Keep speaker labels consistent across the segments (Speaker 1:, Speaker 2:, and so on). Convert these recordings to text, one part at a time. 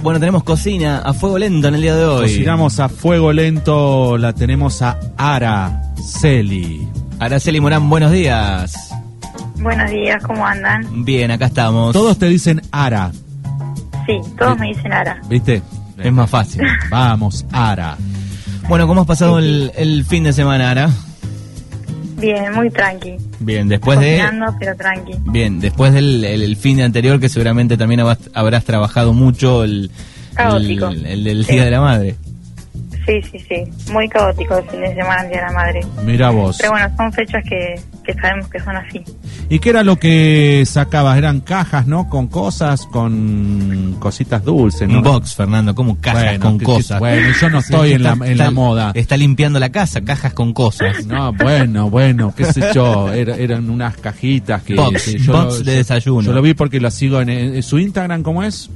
Speaker 1: Bueno, tenemos cocina a fuego lento en el día de hoy.
Speaker 2: Cocinamos a fuego lento, la tenemos a Ara Celi.
Speaker 1: Araceli Morán, buenos días.
Speaker 3: Buenos días, ¿cómo andan?
Speaker 1: Bien, acá estamos.
Speaker 2: Todos te dicen Ara,
Speaker 3: Sí, todos me dicen Ara.
Speaker 2: ¿viste?
Speaker 1: es más fácil.
Speaker 2: Vamos, Ara.
Speaker 1: Bueno, ¿cómo has pasado el, el fin de semana, Ara?
Speaker 3: Bien, muy tranqui.
Speaker 1: Bien, después de.
Speaker 3: Cocinando, pero tranqui.
Speaker 1: Bien, después del el, el fin de anterior, que seguramente también habas- habrás trabajado mucho el. El,
Speaker 3: Caótico.
Speaker 1: el del
Speaker 3: Sí.
Speaker 1: Día de la Madre.
Speaker 3: Sí, sí, sí. Muy caótico el fin de semana, el Día de la Madre.
Speaker 2: Mira vos.
Speaker 3: Pero bueno, son fechas que, que sabemos que son así.
Speaker 2: ¿Y qué era lo que sacabas? Eran cajas, ¿no? Con cosas, con cositas dulces, ¿no?
Speaker 1: Un box, Fernando, como cajas
Speaker 2: Bueno,
Speaker 1: con
Speaker 2: que-
Speaker 1: cosas.
Speaker 2: bueno, yo no estoy en la- en la moda.
Speaker 1: Está limpiando la casa, cajas con cosas.
Speaker 2: No, bueno, bueno, qué sé yo. Era- eran unas cajitas que.
Speaker 1: Box,
Speaker 2: que yo
Speaker 1: box de desayuno.
Speaker 2: Yo lo vi porque lo sigo en, en su Instagram, ¿cómo es?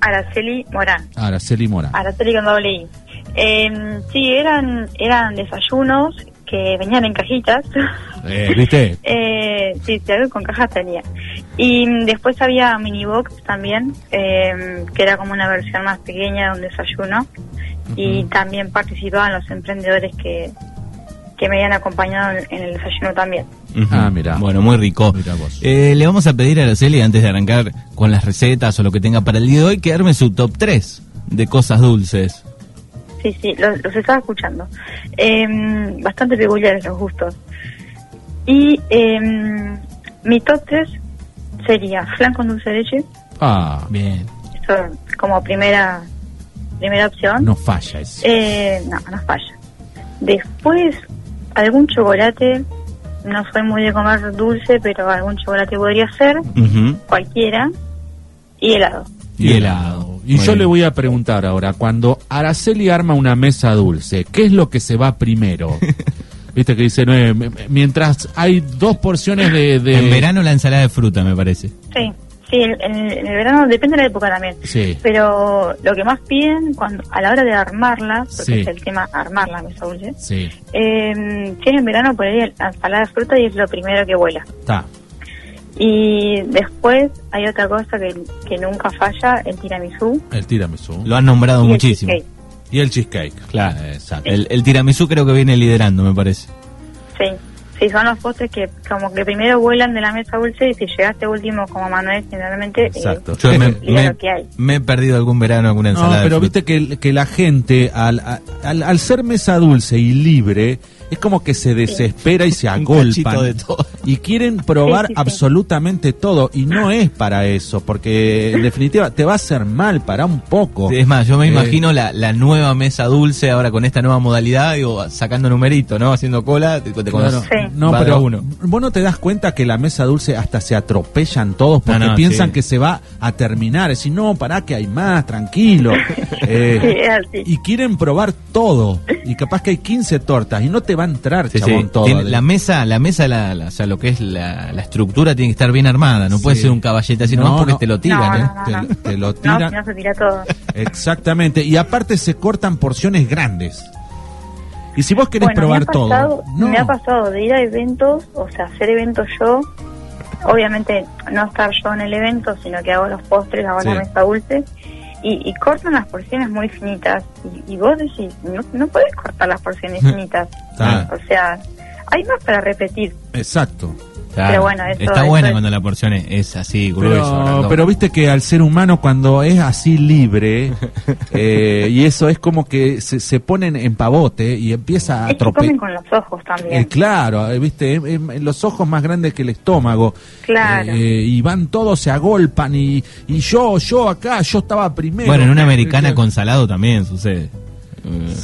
Speaker 3: Araceli Morán.
Speaker 2: Araceli Mora.
Speaker 3: Araceli con doble I. Eh, sí, eran, eran desayunos que venían en cajitas.
Speaker 2: Eh, ¿Viste?
Speaker 3: Eh, sí, sí, algo con cajas tenía. Y mm, después había minibox también, eh, que era como una versión más pequeña de un desayuno. Y también participaban los emprendedores que, que me habían acompañado en, en el desayuno también.
Speaker 1: Ujú.
Speaker 2: Ah, mirá.
Speaker 1: Bueno, muy rico.
Speaker 2: Mirá vos.
Speaker 1: Eh, le vamos a pedir a Araceli, antes de arrancar con las recetas o lo que tenga para el día de hoy, que arme su top 3 de cosas dulces.
Speaker 3: Sí, sí, lo- los, estaba escuchando. Eh, bastante peculiares los gustos. Y eh, mi top 3 sería flan con dulce de leche,
Speaker 2: Ah,
Speaker 1: Bien.
Speaker 3: esto como primera, primera opción.
Speaker 2: no falla eso.
Speaker 3: Eh, no, no falla. Después, algún chocolate. No soy muy de comer dulce, pero algún chocolate podría ser. Cualquiera. Y helado.
Speaker 1: Y helado.
Speaker 2: Y
Speaker 1: Muy
Speaker 2: yo
Speaker 1: bien.
Speaker 2: le voy a preguntar ahora, cuando Araceli arma una mesa dulce, ¿qué es lo que se va primero? Viste que dicen, eh, m- m- mientras hay dos porciones de... de-
Speaker 1: En verano la ensalada de fruta, me parece.
Speaker 3: Sí, sí, el- el- en el verano depende de la época también.
Speaker 2: Sí.
Speaker 3: Pero lo que más piden cuando a la hora de armarla, porque
Speaker 2: Sí.
Speaker 3: es el tema armar la mesa dulce,
Speaker 2: Sí,
Speaker 3: eh, tienen verano por ahí la ensalada de fruta y es lo primero que vuela.
Speaker 2: está.
Speaker 3: Y después hay otra cosa que, que nunca falla, el tiramisú.
Speaker 2: El tiramisú.
Speaker 1: Lo han nombrado
Speaker 3: y el
Speaker 1: Ah, muchísimo.
Speaker 3: cheesecake.
Speaker 2: Y el cheesecake.
Speaker 1: Claro.
Speaker 2: Exacto.
Speaker 1: El, el tiramisú creo que viene liderando, me parece.
Speaker 3: Sí, sí, son los postres que como que primero vuelan de la mesa dulce y si llegaste último como Manuel generalmente... eh,
Speaker 2: Exacto.
Speaker 1: Yo me,
Speaker 3: Mira
Speaker 1: me-
Speaker 3: lo que hay.
Speaker 1: me he perdido algún verano alguna
Speaker 2: No,
Speaker 1: ensalada de
Speaker 2: pero
Speaker 1: fruta.
Speaker 2: viste que, que la gente, al, a- al, al ser mesa dulce y libre, es como que se desespera y se
Speaker 1: Un
Speaker 2: agolpan.
Speaker 1: cachito de todo.
Speaker 2: Y quieren probar
Speaker 3: Sí, sí, sí.
Speaker 2: absolutamente todo. Y no es para eso, porque en definitiva te va a hacer mal, para un poco.
Speaker 1: Es más, yo me
Speaker 2: Eh,
Speaker 1: imagino la, la nueva mesa dulce ahora con esta nueva modalidad, digo, sacando numerito, ¿no? Haciendo cola, te, te
Speaker 2: claro.
Speaker 1: conoces.
Speaker 3: Sí.
Speaker 2: No,
Speaker 1: Va de a
Speaker 2: pero
Speaker 1: uno.
Speaker 2: vos no te das cuenta que la mesa dulce hasta se atropellan todos porque
Speaker 1: No, no,
Speaker 2: piensan
Speaker 1: sí.
Speaker 2: que se va a terminar. Es decir, no, pará que hay más, tranquilo. Eh,
Speaker 3: Sí, es así.
Speaker 2: y quieren probar todo. Y capaz que hay 15 tortas y no te va a entrar,
Speaker 1: Sí,
Speaker 2: chabón,
Speaker 1: sí.
Speaker 2: todo.
Speaker 1: Tiene- la mesa, la mesa, la, la- o sea, lo que es la, la estructura tiene que estar bien armada. No puede
Speaker 2: Sí.
Speaker 1: ser un caballete así
Speaker 2: No,
Speaker 1: nomás porque
Speaker 2: no.
Speaker 1: te lo tiran.
Speaker 3: No,
Speaker 1: ¿eh?
Speaker 3: no, no.
Speaker 2: te, te lo
Speaker 3: No,
Speaker 2: tiran.
Speaker 3: si no se tira todo.
Speaker 2: Exactamente. Y aparte se cortan porciones grandes. Y si vos querés
Speaker 3: Bueno,
Speaker 2: probar
Speaker 3: me ha pasado,
Speaker 2: todo. No.
Speaker 3: Me ha pasado de ir a eventos, o sea, hacer eventos yo. Obviamente no estar yo en el evento, sino que hago los postres, hago
Speaker 2: Sí.
Speaker 3: la mesa dulce. Y, y cortan las porciones muy finitas. Y, y vos decís, no, no puedes cortar las porciones finitas.
Speaker 2: Ah.
Speaker 3: O sea, hay más para repetir.
Speaker 2: Exacto.
Speaker 3: Pero bueno, eso-
Speaker 1: está
Speaker 3: eso
Speaker 1: buena
Speaker 3: es-
Speaker 1: cuando la porción es, es así, gruesa.
Speaker 2: Pero,
Speaker 1: grandota.
Speaker 2: pero viste que al ser humano cuando es así libre, eh, y eso es como que se, se ponen en pavote y empieza a
Speaker 3: Es que comen
Speaker 2: atropellar.
Speaker 3: con los ojos también.
Speaker 2: claro, eh, viste, em- em, los ojos más grandes que el estómago.
Speaker 3: Claro.
Speaker 2: Eh, y van todos, se agolpan y, y yo, yo acá, yo estaba primero.
Speaker 1: bueno, en una americana con salado también sucede. Eh,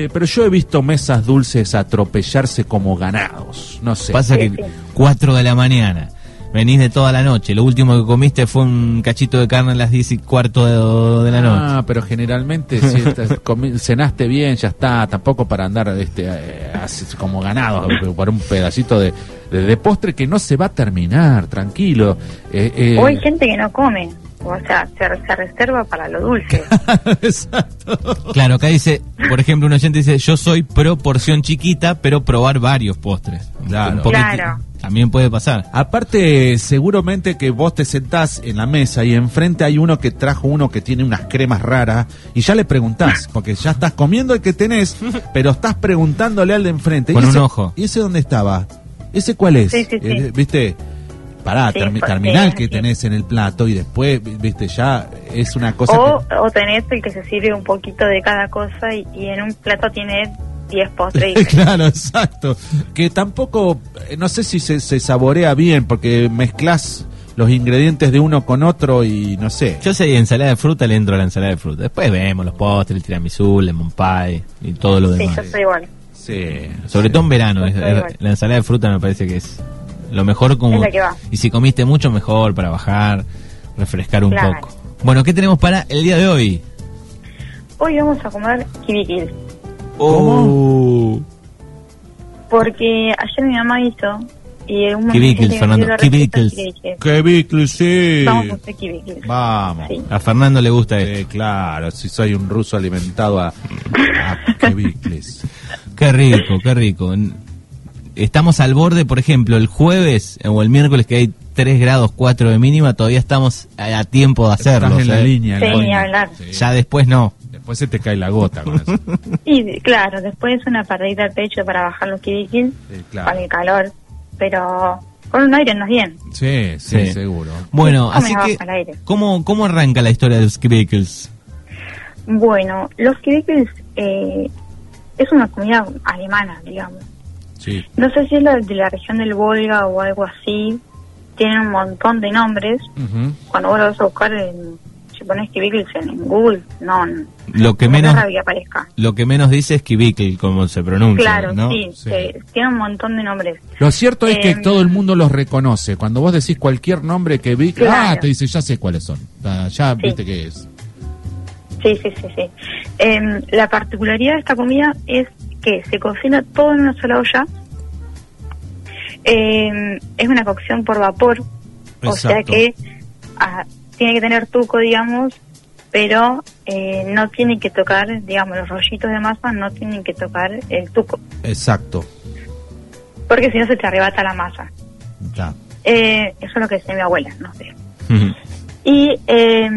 Speaker 2: Sí, pero yo he visto mesas dulces atropellarse como ganados. No sé.
Speaker 1: Pasa
Speaker 3: Sí,
Speaker 1: que
Speaker 3: sí.
Speaker 1: 4 de la mañana. Venís de toda la noche. Lo último que comiste fue un cachito de carne a las 10 y cuarto de, de la noche.
Speaker 2: Ah, pero generalmente si estás- comi- cenaste bien, ya está, tampoco para andar este, eh, así como ganado, por un pedacito de, de, de postre que no se va a terminar, tranquilo. Eh, eh,
Speaker 3: O hay gente que no come, o sea, se, se reserva para lo dulce.
Speaker 1: Claro, acá dice, por ejemplo, un oyente dice, yo soy pro porción chiquita, pero probar varios postres.
Speaker 2: Claro.
Speaker 1: Un poquiti-
Speaker 3: Claro.
Speaker 1: También puede pasar.
Speaker 2: Aparte, seguramente que vos te sentás en la mesa y enfrente hay uno que trajo uno que tiene unas cremas raras y ya le preguntás, porque ya estás comiendo el que tenés, pero estás preguntándole al de enfrente.
Speaker 1: Con
Speaker 2: ¿Y
Speaker 1: un
Speaker 2: ese-
Speaker 1: ojo.
Speaker 2: ¿Y ese dónde estaba? ¿Ese cuál es?
Speaker 3: Sí, sí, sí.
Speaker 2: Eh, ¿Viste? Pará,
Speaker 3: Sí,
Speaker 2: termi-
Speaker 3: porque
Speaker 2: terminá el
Speaker 3: es
Speaker 2: que
Speaker 3: así.
Speaker 2: tenés en el plato y después, vi- viste, ya es una cosa
Speaker 3: O,
Speaker 2: que...
Speaker 3: o tenés el que se sirve un poquito de cada cosa y, y en un plato tiene 10 postres. diferentes.
Speaker 2: claro, exacto. Que tampoco, eh, no sé si se, se saborea bien, porque mezclas los ingredientes de uno con otro y no sé.
Speaker 1: Yo sé, ensalada de fruta le entro a la ensalada de fruta. Después vemos los postres, el tiramisú, lemon pie y todo lo
Speaker 3: Sí,
Speaker 1: demás.
Speaker 3: yo soy igual.
Speaker 2: Sí.
Speaker 1: Sobre
Speaker 2: sí.
Speaker 1: todo en verano. es-
Speaker 3: Yo
Speaker 1: es-
Speaker 3: igual.
Speaker 1: la ensalada de fruta me parece que es lo mejor como...
Speaker 3: Es la que va.
Speaker 1: Y si comiste mucho, mejor para bajar, refrescar un
Speaker 3: Claro.
Speaker 1: poco. Bueno, ¿qué tenemos para el día de hoy?
Speaker 3: Hoy vamos a comer kibikil,
Speaker 2: Oh,
Speaker 1: ¿Cómo?
Speaker 3: porque ayer mi mamá hizo y un montón de
Speaker 1: Kibikil,
Speaker 3: gente me
Speaker 1: Fernando,
Speaker 3: dio la receta,
Speaker 1: kibikil.
Speaker 3: así que dije,
Speaker 2: ¡Qué bicli, sí!
Speaker 3: Vamos a hacer kibikil.
Speaker 2: Vamos.
Speaker 3: Sí.
Speaker 1: A Fernando le gusta esto.
Speaker 2: Sí, claro, si soy un ruso alimentado a, a kebicles.
Speaker 1: Qué rico, qué rico. N- Estamos al borde, por ejemplo, el jueves eh, o el miércoles que hay 3 grados 4 de mínima, todavía estamos a a tiempo de hacerlo.
Speaker 2: Estás en la
Speaker 1: ¿sabes?
Speaker 2: línea. en la
Speaker 3: Sí, ni
Speaker 2: línea.
Speaker 3: hablar.
Speaker 2: Sí.
Speaker 1: Ya después no.
Speaker 2: Después se te cae la gota con eso.
Speaker 3: Y claro, después una partidita al pecho para bajar los kibikil,
Speaker 2: Sí,
Speaker 3: para
Speaker 2: claro.
Speaker 3: el calor, pero con un aire no es bien.
Speaker 2: Sí, sí,
Speaker 1: Sí.
Speaker 2: seguro.
Speaker 1: Bueno,
Speaker 3: ¿Cómo
Speaker 1: así
Speaker 3: me bajo
Speaker 1: que,
Speaker 3: al aire?
Speaker 1: ¿cómo, ¿cómo arranca la historia de los Kibikels?
Speaker 3: Bueno, los kibikils eh, es una comida alemana, digamos.
Speaker 2: Sí.
Speaker 3: No sé si es la de la región del Volga o algo así. Tienen un montón de nombres.
Speaker 2: Ujú.
Speaker 3: Cuando vos lo vas a buscar, en, si pones kibikils en Google, no, no
Speaker 1: Lo que
Speaker 3: no
Speaker 1: menos,
Speaker 3: nada que aparezca.
Speaker 1: lo que menos dice es Kibikel, como se pronuncia.
Speaker 3: Claro,
Speaker 1: ¿no?
Speaker 3: sí,
Speaker 2: Sí.
Speaker 3: eh, tiene un montón de nombres.
Speaker 2: Lo cierto es que
Speaker 3: Em.
Speaker 2: todo el mundo los reconoce. Cuando vos decís cualquier nombre que vi, ah,
Speaker 3: Claro.
Speaker 2: te dice, ya sé cuáles son. Ah, Ya
Speaker 3: Sí.
Speaker 2: viste qué es.
Speaker 3: Sí, sí, sí, sí. Em, la particularidad de esta comida es que se cocina todo en una sola olla. Em, es una cocción por vapor, o sea
Speaker 2: Exacto.
Speaker 3: que ah, tiene que tener tuco, digamos, pero eh, no tiene que tocar, digamos, los rollitos de masa no tienen que tocar el tuco,
Speaker 2: Exacto.
Speaker 3: porque si no se te arrebata la masa.
Speaker 2: Ya.
Speaker 3: Eh, eso es lo que decía mi abuela, no sé. Y eh,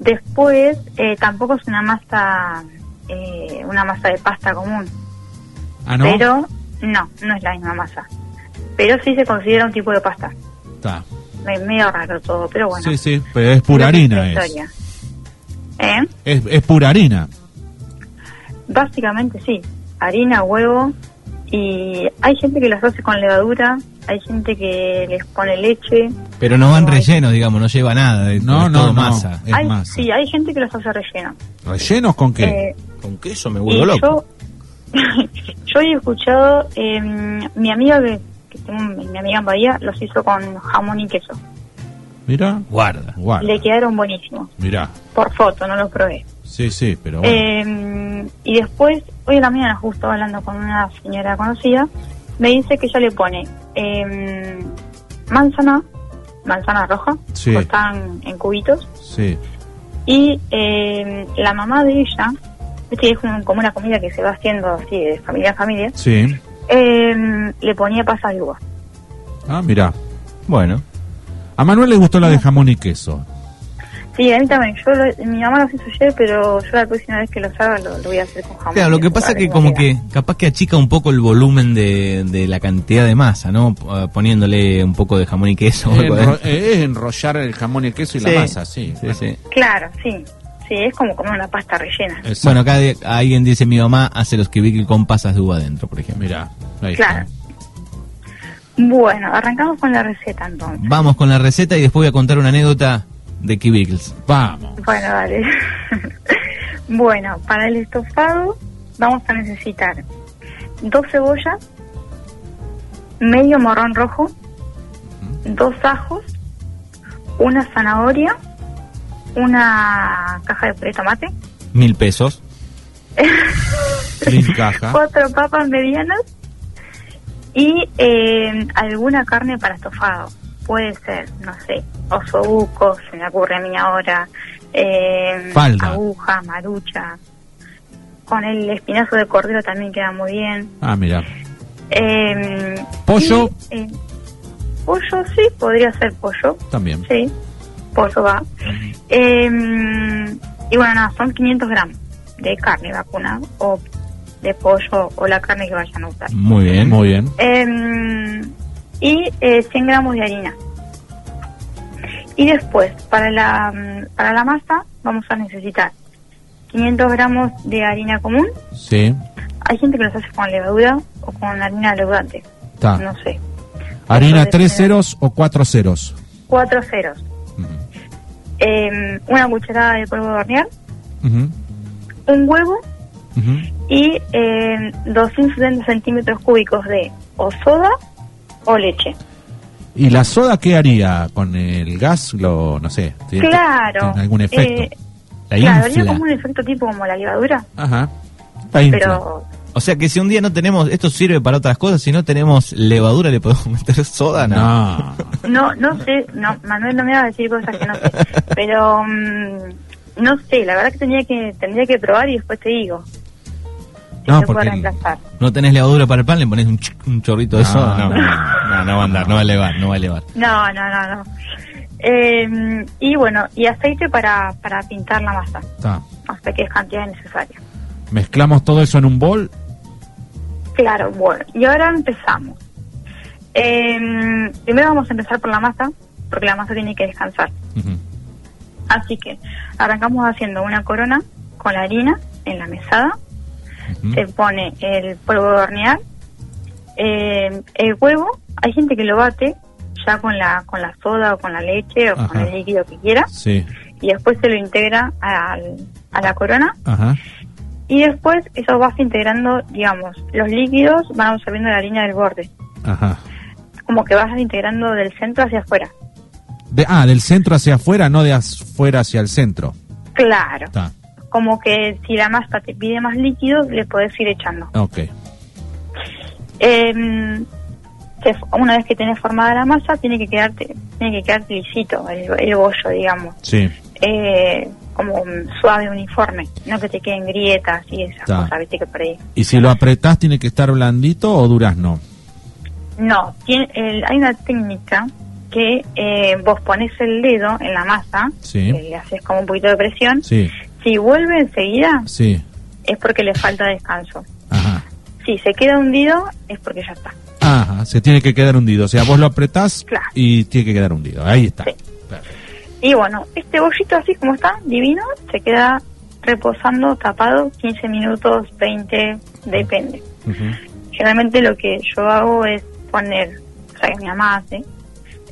Speaker 3: después eh, tampoco es una masa eh, una masa de pasta común,
Speaker 2: Ah, ¿no?
Speaker 3: pero no, no es la misma masa. Pero sí se considera un tipo de pasta.
Speaker 2: Está.
Speaker 3: Me- Medio raro todo, pero bueno.
Speaker 2: Sí, sí, pero es pura harina.
Speaker 3: Esa
Speaker 2: Es.
Speaker 3: historia. ¿Eh?
Speaker 2: Es, es pura harina.
Speaker 3: Básicamente sí, harina, huevo y hay gente que las hace con levadura, hay gente que les pone leche.
Speaker 1: Pero no van
Speaker 3: No hay-
Speaker 1: rellenos, digamos, no lleva nada. es-
Speaker 2: No,
Speaker 1: es
Speaker 2: no,
Speaker 1: todo
Speaker 2: no.
Speaker 1: masa.
Speaker 2: Es
Speaker 3: hay,
Speaker 2: masa.
Speaker 3: Sí, hay gente que las hace relleno.
Speaker 2: ¿Rellenos con qué?
Speaker 3: Eh,
Speaker 1: Con queso me
Speaker 3: Y Yo, yo he escuchado, eh, mi amiga que, que tengo, mi amiga en Bahía, los hizo con jamón y queso.
Speaker 2: Mira.
Speaker 1: Guarda.
Speaker 2: Guarda.
Speaker 3: Le quedaron buenísimos.
Speaker 2: Mirá.
Speaker 3: Por foto, no los probé.
Speaker 2: Sí, sí, pero bueno.
Speaker 3: Eh, y después, hoy en la mañana, justo hablando con una señora conocida, me dice que ella le pone eh, manzana, manzana roja,
Speaker 2: Sí.
Speaker 3: cortaban en cubitos,
Speaker 2: Sí.
Speaker 3: y eh, la mamá de ella, viste, es un- como una comida que se va haciendo así de familia a familia,
Speaker 2: Sí.
Speaker 3: Eh, le ponía pasas de uva.
Speaker 2: Ah, mirá.
Speaker 1: Bueno.
Speaker 2: A Manuel le gustó la de jamón y queso.
Speaker 3: Sí, a mí también. Yo lo- mi mamá los hizo ayer, pero yo la próxima vez que los haga lo, lo voy a hacer con jamón.
Speaker 1: Claro, lo que pasa es que como que capaz que achica un poco el volumen de, de la cantidad de masa, ¿no? P- ah, Poniéndole un poco de jamón y queso. o algo
Speaker 2: Enro-
Speaker 1: de-
Speaker 2: eh, es enrollar el jamón y el queso y
Speaker 1: Sí.
Speaker 2: la masa, sí.
Speaker 1: Sí, sí.
Speaker 3: Claro, sí. Sí, es como comer una pasta rellena.
Speaker 2: Exacto.
Speaker 1: Bueno, acá de- alguien dice, mi mamá hace los kibikil con pasas de uva adentro, por ejemplo.
Speaker 2: Mirá. Ahí
Speaker 3: Claro.
Speaker 2: está.
Speaker 3: Bueno, arrancamos con la receta entonces.
Speaker 1: Vamos con la receta y después voy a contar una anécdota de kibikils.
Speaker 2: Vamos.
Speaker 3: Bueno, vale. bueno, para el estofado vamos a necesitar dos cebollas, medio morrón rojo, dos ajos, una zanahoria, una caja de puré de tomate,
Speaker 1: Mil pesos.
Speaker 2: Clean caja.
Speaker 3: cuatro papas medianas Y eh, alguna carne para estofado. Puede ser, no sé, osobuco, se me ocurre a mí ahora, eh,
Speaker 2: Falda.
Speaker 3: aguja, marucha. Con el espinazo de cordero también queda muy bien.
Speaker 2: Ah, mira.
Speaker 3: Eh,
Speaker 2: Pollo.
Speaker 3: y, eh, pollo, sí, podría ser pollo.
Speaker 2: También.
Speaker 3: Sí, pollo va. Eh, y bueno, nada, son 500 gramos de carne vacuna o de pollo o la carne que vayan a usar.
Speaker 1: Muy bien.
Speaker 2: Muy bien.
Speaker 3: Eh, y eh, 100 gramos de harina. Y después, para la, mm, para la masa, vamos a necesitar 500 gramos de harina común.
Speaker 2: Sí.
Speaker 3: Hay gente que los hace con levadura o con harina leudante.
Speaker 2: Está.
Speaker 3: No sé.
Speaker 2: Harina
Speaker 3: Eso
Speaker 2: tres
Speaker 3: depende.
Speaker 2: ceros o cuatro ceros.
Speaker 3: Cuatro ceros.
Speaker 2: Ujú.
Speaker 3: Eh, una cucharada de polvo de hornear,
Speaker 2: Ujú.
Speaker 3: un huevo
Speaker 2: Ujú.
Speaker 3: y eh, 270 centímetros cúbicos de o soda o leche.
Speaker 2: ¿Y la soda qué haría? ¿Con el gas? Lo, no sé. ¿tiene-
Speaker 3: claro.
Speaker 2: ¿Tiene algún efecto?
Speaker 3: Eh,
Speaker 1: La
Speaker 3: claro,
Speaker 1: infla.
Speaker 3: haría como un efecto tipo como la levadura,
Speaker 2: Ajá. La infla.
Speaker 3: pero
Speaker 1: O sea que si un día no tenemos, esto sirve para otras cosas, si no tenemos levadura le podemos meter soda, ¿no?
Speaker 2: No.
Speaker 3: no no sé, no Manuel no me va a decir cosas que no sé, pero mm, no sé, la verdad que tendría que tendría que probar y después te digo. Si
Speaker 2: No,
Speaker 3: se puede
Speaker 2: porque-
Speaker 3: reemplazar.
Speaker 1: No tenés levadura para el pan, le pones un, ch- un chorrito de
Speaker 2: No,
Speaker 1: soda.
Speaker 2: no,
Speaker 1: no, no va a andar, no va a elevar, no va a elevar.
Speaker 3: No, no, no, no. Eh, y bueno, y aceite para, para pintar la masa,
Speaker 2: Está.
Speaker 3: hasta que es cantidad necesaria.
Speaker 2: Mezclamos todo eso en un bol.
Speaker 3: Claro, bueno, y ahora empezamos. Eh, primero vamos a empezar por la masa, porque la masa tiene que descansar.
Speaker 2: Ujú.
Speaker 3: Así que arrancamos haciendo una corona con la harina en la mesada,
Speaker 2: Ujú.
Speaker 3: se pone el polvo de hornear, eh, el huevo, hay gente que lo bate ya con la con la soda o con la leche o con
Speaker 2: Ajá.
Speaker 3: el líquido que quiera
Speaker 2: Sí.
Speaker 3: y después se lo integra al- a la corona
Speaker 2: Ajá.
Speaker 3: y después eso vas integrando digamos los líquidos van absorbiendo la harina del borde
Speaker 2: Ajá.
Speaker 3: como que vas integrando del centro hacia afuera.
Speaker 2: De- ah, del centro hacia afuera, no de afuera hacia el centro.
Speaker 3: Claro,
Speaker 2: Está.
Speaker 3: como que si la masa te pide más líquido, le podés ir echando.
Speaker 2: Ok.
Speaker 3: Eh, se- una vez que tenés formada la masa, tiene que quedarte, tiene que quedarte lisito el, el bollo, digamos,
Speaker 2: Sí.
Speaker 3: Eh, como un suave, uniforme, no que te queden grietas y esas
Speaker 2: Ta.
Speaker 3: cosas, viste que por ahí.
Speaker 2: ¿Y si lo apretás, tiene que estar blandito o durazno?
Speaker 3: No, tiene- el- hay una técnica que eh, vos pones el dedo en la masa,
Speaker 2: Sí.
Speaker 3: eh, le haces como un poquito de presión,
Speaker 2: Sí.
Speaker 3: si vuelve enseguida,
Speaker 2: Sí.
Speaker 3: es porque le falta descanso.
Speaker 2: Ajá.
Speaker 3: Si se queda hundido, es porque ya está.
Speaker 2: Ajá. Se tiene que quedar hundido. O sea, vos lo apretás
Speaker 3: Claro.
Speaker 2: y tiene que quedar hundido. Ahí está.
Speaker 3: Sí. Y bueno, este bollito así como está, divino, se queda reposando, tapado, 15 minutos, 20, depende.
Speaker 2: Ujú.
Speaker 3: Generalmente lo que yo hago es poner, o sea, que mi mamá hace,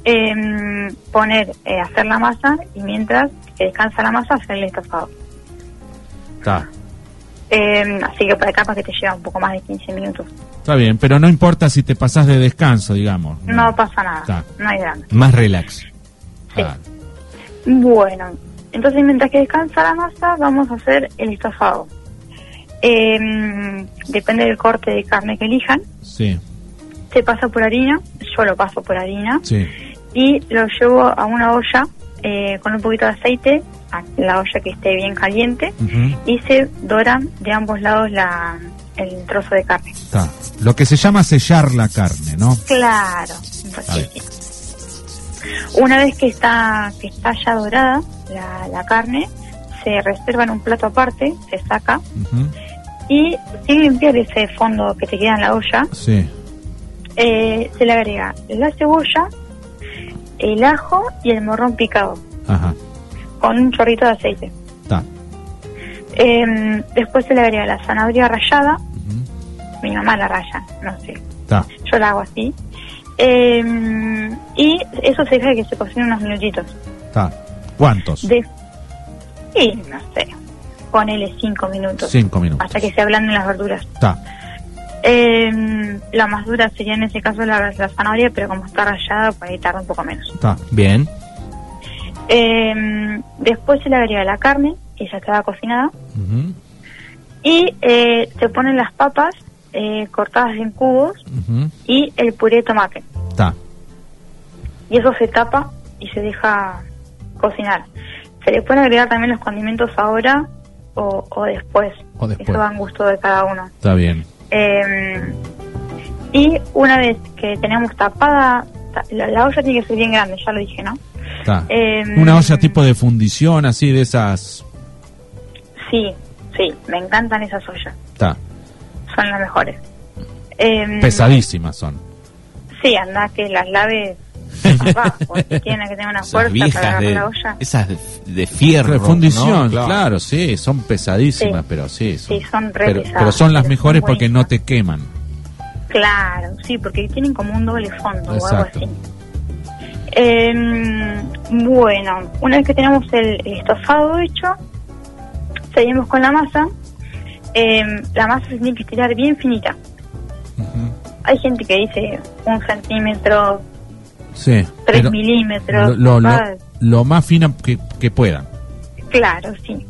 Speaker 3: em, poner, eh, hacer la masa y mientras que descansa la masa, hacer el estofado.
Speaker 2: Está.
Speaker 3: Em, así que para capaz que te lleva un poco más de 15 minutos.
Speaker 2: Está bien, pero no importa si te pasás de descanso, digamos. Ah,
Speaker 3: No pasa nada,
Speaker 2: Ta.
Speaker 3: no hay drama.
Speaker 1: Más relax.
Speaker 3: Sí.
Speaker 2: Ah,
Speaker 3: Bueno, entonces mientras que descansa la masa, vamos a hacer el estofado. Em, depende del corte de carne que elijan.
Speaker 2: Sí,
Speaker 3: Se pasa por harina, yo lo paso por harina
Speaker 2: sí.
Speaker 3: y lo llevo a una olla eh, con un poquito de aceite, a la olla que esté bien caliente
Speaker 2: Ujú.
Speaker 3: y se doran de ambos lados la, el trozo de carne.
Speaker 2: Está. Lo que se llama sellar la carne, ¿no?
Speaker 3: Claro. Entonces,
Speaker 2: Está bien.
Speaker 3: Una vez que está, que está ya dorada la, la carne, se reserva en un plato aparte, se saca
Speaker 2: Ujú.
Speaker 3: y sin limpiar ese fondo que te queda en la olla,
Speaker 2: Sí.
Speaker 3: eh, se le agrega la cebolla, el ajo y el morrón picado
Speaker 2: Ajá.
Speaker 3: con un chorrito de aceite.
Speaker 2: Está.
Speaker 3: Eh, después se le agrega la zanahoria rallada,
Speaker 2: Ujú.
Speaker 3: mi mamá la raya, no sé,
Speaker 2: Está.
Speaker 3: yo la hago así. Eh, y eso se deja que se cocine unos minutitos.
Speaker 2: Está. ¿Cuántos?
Speaker 3: De... Y no sé, ponele cinco minutos.
Speaker 2: Cinco minutos.
Speaker 3: Hasta que se ablanden las verduras.
Speaker 2: Está.
Speaker 3: Eh, la más dura sería en ese caso la, la zanahoria, pero como está rallada, por ahí tarda un poco menos.
Speaker 2: Está.
Speaker 1: Bien.
Speaker 3: Eh, después se le agrega la carne, que ya estaba cocinada,
Speaker 2: Ujú.
Speaker 3: y eh, se ponen las papas eh, cortadas en cubos
Speaker 2: Ujú.
Speaker 3: y el puré de tomate.
Speaker 2: Está.
Speaker 3: Y eso se tapa y se deja cocinar. Se le pueden agregar también los condimentos ahora o, o después.
Speaker 2: O después.
Speaker 3: Eso va en gusto de cada uno.
Speaker 2: Está bien.
Speaker 3: Eh, y una vez que tenemos tapada, ta- la, la olla tiene que ser bien grande, ya lo dije, ¿no?
Speaker 2: Está.
Speaker 3: Em,
Speaker 2: Una olla tipo de fundición, así de esas.
Speaker 3: Sí, sí, me encantan esas ollas,
Speaker 2: Está.
Speaker 3: son las mejores. Em,
Speaker 2: Pesadísimas son.
Speaker 3: Sí, anda que las laves. papá, o si tienen que tener una
Speaker 1: Esas
Speaker 3: fuerza para
Speaker 1: viejas
Speaker 3: agarrar
Speaker 1: de,
Speaker 3: la olla.
Speaker 1: esas de- de fierro.
Speaker 2: De fundición,
Speaker 1: ¿no?
Speaker 2: claro. sí, son pesadísimas,
Speaker 3: Sí.
Speaker 2: pero sí.
Speaker 3: Sí, son re
Speaker 2: pero,
Speaker 3: pesadas,
Speaker 2: pero son las
Speaker 3: pero
Speaker 2: mejores
Speaker 3: son
Speaker 2: porque no
Speaker 3: buenísimas.
Speaker 2: te queman.
Speaker 3: Claro, sí, porque tienen como un doble fondo o algo
Speaker 2: Exacto.
Speaker 3: así. Eh, bueno, una vez que tenemos el, el estofado hecho, seguimos con la masa. Eh, la masa se tiene que estirar bien finita. Hay gente que dice un centímetro,
Speaker 2: Sí.
Speaker 3: tres
Speaker 2: pero
Speaker 3: milímetros. ah,
Speaker 2: lo, lo- lo-
Speaker 3: papá.
Speaker 2: lo más fina que, que puedan.
Speaker 3: Claro, sí.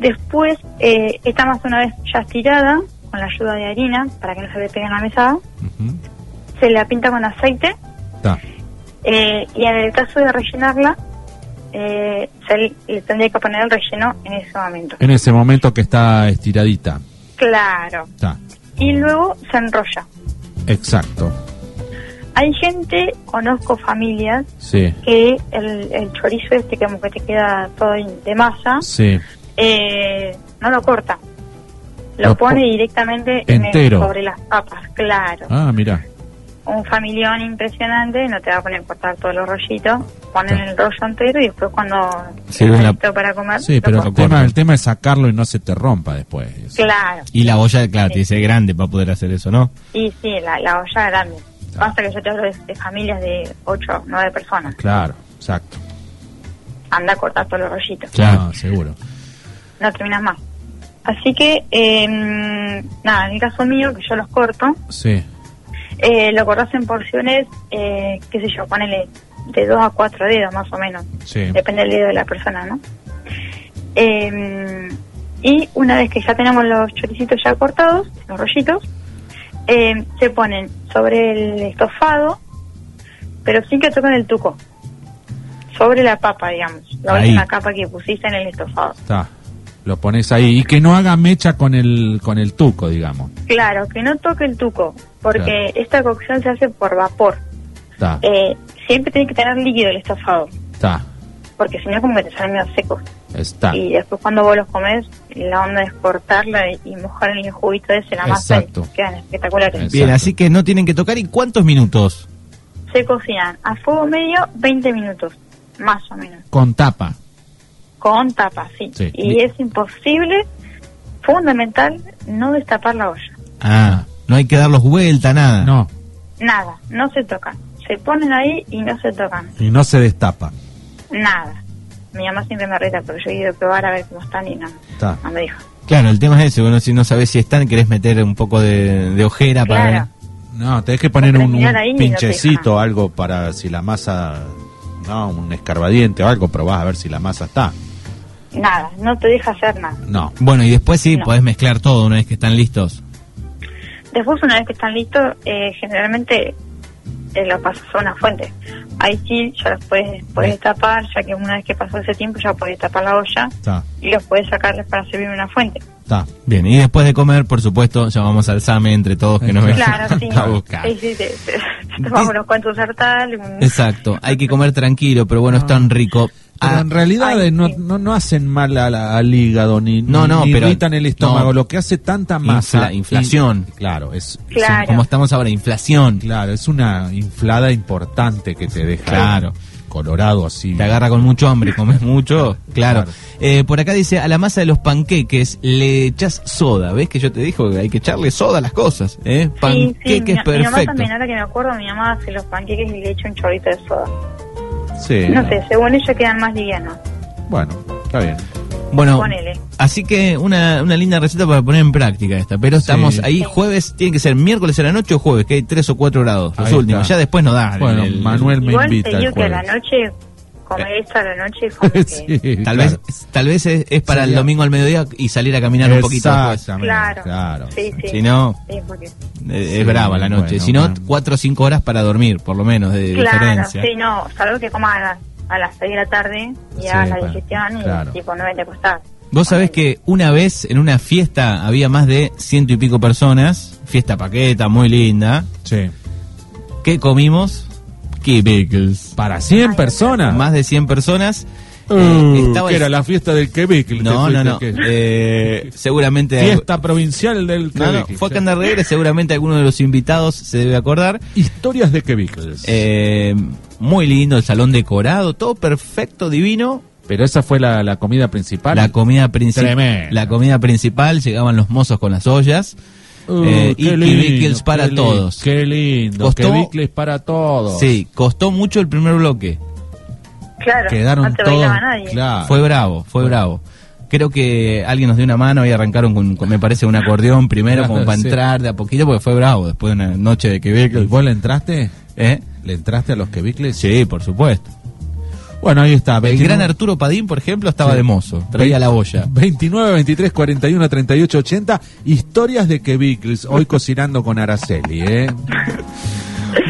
Speaker 3: Después, eh, esta masa una vez ya estirada, con la ayuda de harina, para que no se le pegue en la mesada,
Speaker 2: Ujú.
Speaker 3: se la pinta con aceite
Speaker 2: Está.
Speaker 3: eh, y en el caso de rellenarla, eh, se le, le tendría que poner el relleno en ese momento.
Speaker 2: En ese momento que está estiradita.
Speaker 3: Claro.
Speaker 2: Está.
Speaker 3: Y luego se enrolla.
Speaker 2: Exacto.
Speaker 3: Hay gente, conozco familias,
Speaker 2: Sí.
Speaker 3: que el, el chorizo este que como que te queda todo en- de masa,
Speaker 2: Sí.
Speaker 3: eh, no lo corta. Lo
Speaker 2: Lo po-
Speaker 3: pone directamente en el-
Speaker 2: Entero.
Speaker 3: sobre las papas, claro.
Speaker 2: Ah, mira.
Speaker 3: un familión impresionante, no te va a poner a cortar todos los rollitos,
Speaker 2: Ah.
Speaker 3: ponen el rollo entero y después cuando
Speaker 1: Sí,
Speaker 3: esté
Speaker 1: en la-
Speaker 3: listo para comer,
Speaker 2: Sí,
Speaker 3: lo
Speaker 2: pero el
Speaker 3: cortas.
Speaker 2: tema,
Speaker 1: cortan.
Speaker 2: el tema es sacarlo y no se te rompa después.
Speaker 3: claro,
Speaker 1: Y la olla, claro, tiene que ser grande para poder hacer eso, ¿no?
Speaker 3: y sí, la, la olla grande.
Speaker 2: Claro.
Speaker 3: Pasa que yo te hablo de, de familias de 8, 9 personas.
Speaker 2: Claro, exacto.
Speaker 3: Anda a cortar todos los rollitos,
Speaker 1: Claro.
Speaker 2: No, seguro.
Speaker 3: no terminas más. Así que, eh, nada, en el caso mío, que yo los corto,
Speaker 2: Sí.
Speaker 3: eh, lo cortas en porciones, eh, qué sé yo, ponele de 2 a 4 dedos más o menos.
Speaker 2: Sí.
Speaker 3: depende del dedo de la persona, ¿no? Eh, y una vez que ya tenemos los choricitos ya cortados, los rollitos, eh, se ponen sobre el estofado, pero sin que toquen el tuco, sobre la papa, digamos, la
Speaker 1: Ahí.
Speaker 3: última capa que pusiste en el estofado.
Speaker 2: Está. Lo pones ahí y que no haga mecha con el con el tuco, digamos.
Speaker 3: Claro, que no toque el tuco, porque
Speaker 2: Claro.
Speaker 3: esta cocción se hace por vapor.
Speaker 2: Está.
Speaker 3: Eh, siempre tiene que tener líquido el estofado,
Speaker 2: Está.
Speaker 3: porque si no como que te salen medio secos.
Speaker 2: Está.
Speaker 3: Y después cuando vos los comés, la onda es cortarla y, y mojar en el juguito ese la masa
Speaker 2: Exacto.
Speaker 3: y quedan espectaculares.
Speaker 2: Exacto.
Speaker 1: Bien, así que no tienen que tocar. ¿Y cuántos minutos?
Speaker 3: Se cocinan a fuego medio 20 minutos, más o menos,
Speaker 2: Con tapa.
Speaker 3: con tapa, sí.
Speaker 2: Sí.
Speaker 3: Y
Speaker 2: Li-
Speaker 3: es imposible, fundamental, no destapar la olla.
Speaker 1: Ah, no hay que darlos vuelta, nada.
Speaker 2: No.
Speaker 3: Nada, no se tocan. Se ponen ahí y no se tocan.
Speaker 2: Y no se destapa.
Speaker 3: Nada. Mi mamá siempre me reta, pero yo he ido a probar a ver cómo están y no,
Speaker 2: Está.
Speaker 3: no me dijo.
Speaker 1: Claro, el tema es ese. Bueno, si no sabes si están, querés meter un poco de, de ojera Ah, para
Speaker 3: Claro.
Speaker 1: ver.
Speaker 2: No, tenés que poner
Speaker 3: Otra
Speaker 2: un, un
Speaker 3: mirar ahí y no te
Speaker 2: pinchecito,
Speaker 3: deja.
Speaker 2: algo para si la masa. No, un escarbadiente o algo, probás a ver si la masa está.
Speaker 3: Nada, no te deja hacer nada.
Speaker 2: No.
Speaker 1: Bueno, y después sí,
Speaker 3: No.
Speaker 1: podés mezclar todo una vez que están listos.
Speaker 3: Después, una vez que están listos, eh, generalmente eh, lo pasas a una fuente. Ahí sí, ya los puedes, puedes tapar, ya que una vez que pasó ese tiempo ya puedes tapar la olla
Speaker 2: Está.
Speaker 3: y los puedes sacar para servir en una fuente.
Speaker 2: Está.
Speaker 1: Bien, y después de comer, por supuesto, llamamos al SAME entre todos que nos ven
Speaker 3: Claro, sí.
Speaker 1: a buscar.
Speaker 3: Sí, sí, te- te- te tomamos unos cuantos sartal. un-
Speaker 1: Exacto, hay que comer tranquilo, pero bueno, es tan rico.
Speaker 2: Pero
Speaker 1: Ah,
Speaker 2: en realidad
Speaker 3: Ay,
Speaker 2: eh, no,
Speaker 3: sí.
Speaker 2: no, no hacen mal a la- al hígado ni,
Speaker 1: No,
Speaker 2: ni-
Speaker 1: no,
Speaker 2: ni
Speaker 1: pero-
Speaker 2: irritan el estómago.
Speaker 1: no.
Speaker 2: Lo que hace tanta masa.
Speaker 1: Infla- inflación.
Speaker 2: y- claro, es, es
Speaker 3: Claro.
Speaker 1: como estamos ahora, inflación.
Speaker 2: un- claro, es una inflada importante que te deja
Speaker 1: Claro.
Speaker 2: colorado así.
Speaker 1: Te agarra con mucho hambre, comes mucho. Claro.
Speaker 2: Claro.
Speaker 1: Eh, por acá dice, a la masa de los panqueques le echas soda. ¿Ves que yo te dijo que hay que echarle soda a las cosas? ¿eh?
Speaker 3: Sí, sí, mi,
Speaker 1: Panqueques
Speaker 3: mi mamá
Speaker 1: perfecto.
Speaker 3: también, ahora que me acuerdo, mi mamá hace los panqueques y le echa un chorrito de soda.
Speaker 2: Sí,
Speaker 3: No
Speaker 2: no.
Speaker 3: sé, según ella quedan más livianos.
Speaker 2: Bueno, está bien.
Speaker 1: Bueno,
Speaker 3: Ponele.
Speaker 1: así que una, una linda receta para poner en práctica esta. Pero estamos
Speaker 2: Sí.
Speaker 1: ahí jueves, tiene que ser miércoles a la noche o jueves, que hay 3 o 4 grados, los
Speaker 2: Ahí
Speaker 1: últimos.
Speaker 2: está.
Speaker 1: Ya después no da.
Speaker 2: Bueno,
Speaker 1: el- el-
Speaker 2: Manuel me
Speaker 3: Igual te
Speaker 2: invita
Speaker 3: digo
Speaker 2: el
Speaker 3: que a la
Speaker 2: jueves. Eh.
Speaker 3: noche comer esto a la noche es como que...
Speaker 2: Sí,
Speaker 1: Tal
Speaker 2: claro.
Speaker 1: vez, tal vez es, es para el
Speaker 2: Sería-
Speaker 1: domingo al mediodía y salir a caminar un poquito después.
Speaker 2: Exactamente,
Speaker 3: Claro,
Speaker 2: claro.
Speaker 3: sí, sí.
Speaker 1: Si no,
Speaker 3: Sí, porque-
Speaker 1: eh,
Speaker 2: Sí,
Speaker 1: es brava la noche.
Speaker 2: bueno,
Speaker 1: si no,
Speaker 2: bueno.
Speaker 1: cuatro o cinco horas para dormir, por lo menos, de
Speaker 3: Claro,
Speaker 1: diferencia.
Speaker 3: sí, no, salvo que comas a las, a las 6 de la tarde y
Speaker 2: Sí,
Speaker 3: hagas la
Speaker 2: pa-
Speaker 3: digestión
Speaker 2: claro.
Speaker 3: y tipo 9 te acostás.
Speaker 1: Vos sabés que una vez en una fiesta había más de ciento y pico personas, fiesta paqueta, muy linda.
Speaker 2: Sí.
Speaker 1: ¿Qué comimos? Kibikles.
Speaker 2: Para 100 personas.
Speaker 1: Más de 100 personas.
Speaker 2: Uh,
Speaker 1: Eh, estaba
Speaker 2: que
Speaker 1: el-
Speaker 2: era la fiesta del Quebec. el
Speaker 1: No,
Speaker 2: que
Speaker 1: no,
Speaker 2: fuiste,
Speaker 1: no.
Speaker 2: que-
Speaker 1: Eh, seguramente.
Speaker 2: Fiesta provincial del
Speaker 1: No, no,
Speaker 2: Quebec.
Speaker 1: fue a Candarreguera, seguramente alguno de los invitados se debe acordar.
Speaker 2: Historias de Quebec.
Speaker 1: Eh, muy lindo el salón decorado, todo perfecto, divino.
Speaker 2: Pero esa fue la, la comida principal.
Speaker 1: La comida, princi-
Speaker 2: Tremendo.
Speaker 1: la comida principal, llegaban los mozos con las ollas.
Speaker 2: Uh,
Speaker 1: eh,
Speaker 2: qué
Speaker 1: y
Speaker 2: lindo,
Speaker 1: Quebecles
Speaker 2: qué
Speaker 1: para
Speaker 2: lindo,
Speaker 1: todos.
Speaker 2: Qué lindo.
Speaker 1: Costó-
Speaker 2: Quebecles para todos.
Speaker 1: Sí, costó mucho el primer bloque.
Speaker 3: Claro,
Speaker 2: Quedaron
Speaker 3: no te
Speaker 2: todos.
Speaker 3: bailaba nadie.
Speaker 2: Claro.
Speaker 1: Fue bravo, fue bravo. Creo que alguien nos dio una mano y arrancaron con, con, me parece, un acordeón primero como para
Speaker 2: Sí.
Speaker 1: entrar de a poquito porque fue bravo después de una noche de
Speaker 2: ¿Y
Speaker 1: Quebec.
Speaker 2: vos le entraste?
Speaker 1: ¿Eh?
Speaker 2: ¿Le entraste a los Quebecles?
Speaker 1: Sí, por supuesto.
Speaker 2: Bueno, ahí está.
Speaker 1: El
Speaker 2: 29.
Speaker 1: gran Arturo Padín, por ejemplo, estaba
Speaker 2: Sí.
Speaker 1: de mozo, traía la olla.
Speaker 2: 29, 23, 41, 38, 80. Historias de Quebecles. Hoy cocinando con Araceli, ¿eh?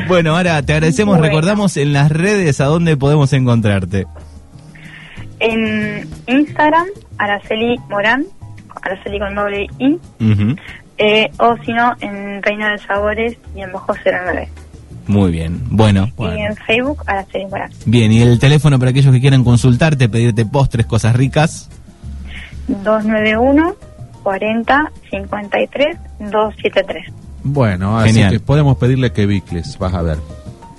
Speaker 1: Bueno, ahora te agradecemos,
Speaker 3: Bueno.
Speaker 1: recordamos en las redes a dónde podemos encontrarte.
Speaker 3: En Instagram, Araceli Morán, Araceli con doble I, eh, o si no, en Reino de Sabores y en Bajo 09.
Speaker 1: Muy bien, bueno.
Speaker 3: Y en Facebook, Araceli Morán.
Speaker 1: Bien, y el teléfono para aquellos que quieran consultarte, pedirte postres, cosas ricas.
Speaker 3: 291 40 53 273.
Speaker 2: Bueno,
Speaker 1: Genial.
Speaker 2: así que podemos pedirle que bicles, vas a ver.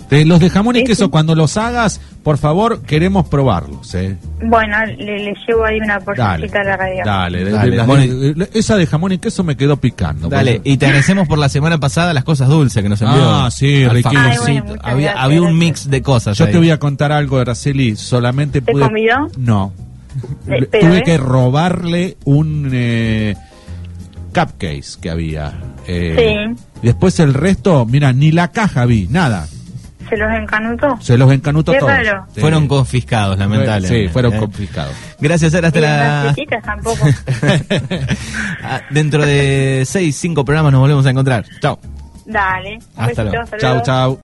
Speaker 2: Te- los de jamón y
Speaker 3: Sí,
Speaker 2: queso,
Speaker 3: sí.
Speaker 2: cuando los hagas, por favor, queremos probarlos, ¿eh?
Speaker 3: Bueno, le, le llevo ahí una porcioncita a la radio.
Speaker 2: dale, de-
Speaker 1: Dale,
Speaker 2: de- las
Speaker 1: bueno,
Speaker 2: de- de- esa de jamón y queso me quedó picando.
Speaker 1: Dale,
Speaker 2: porque-
Speaker 1: y te agradecemos por la semana pasada las cosas dulces que nos envió.
Speaker 2: Ah, sí,
Speaker 1: Alfajorcito.
Speaker 2: riquísimo.
Speaker 3: Ay, bueno, muchas
Speaker 1: había,
Speaker 3: gracias,
Speaker 1: había un
Speaker 3: gracias.
Speaker 1: mix de cosas.
Speaker 2: Yo
Speaker 1: ahí.
Speaker 2: te voy a contar algo, Araceli, solamente
Speaker 3: ¿Te
Speaker 2: pude...
Speaker 3: convidó?
Speaker 2: No.
Speaker 3: Le-
Speaker 2: Le-
Speaker 3: pero,
Speaker 2: Tuve
Speaker 3: ¿eh?
Speaker 2: que robarle un eh, cupcake que había. eh,
Speaker 3: Sí.
Speaker 2: Después el resto, mira, ni la caja vi, nada.
Speaker 3: ¿Se los encanutó?
Speaker 2: Se los encanuto
Speaker 3: Qué
Speaker 2: todos.
Speaker 3: raro.
Speaker 2: Sí.
Speaker 1: Fueron confiscados, lamentablemente.
Speaker 2: Sí, fueron
Speaker 1: ¿eh?
Speaker 2: complicados.
Speaker 1: Gracias, Sara. Hasta
Speaker 3: Y las
Speaker 1: la...
Speaker 3: galletitas tampoco.
Speaker 1: Ah, Dentro de seis, cinco programas nos volvemos a encontrar. Chao.
Speaker 3: Dale. un
Speaker 1: Hasta
Speaker 3: besito,
Speaker 1: luego.
Speaker 3: hasta
Speaker 2: Chau,
Speaker 3: luego.
Speaker 2: chau.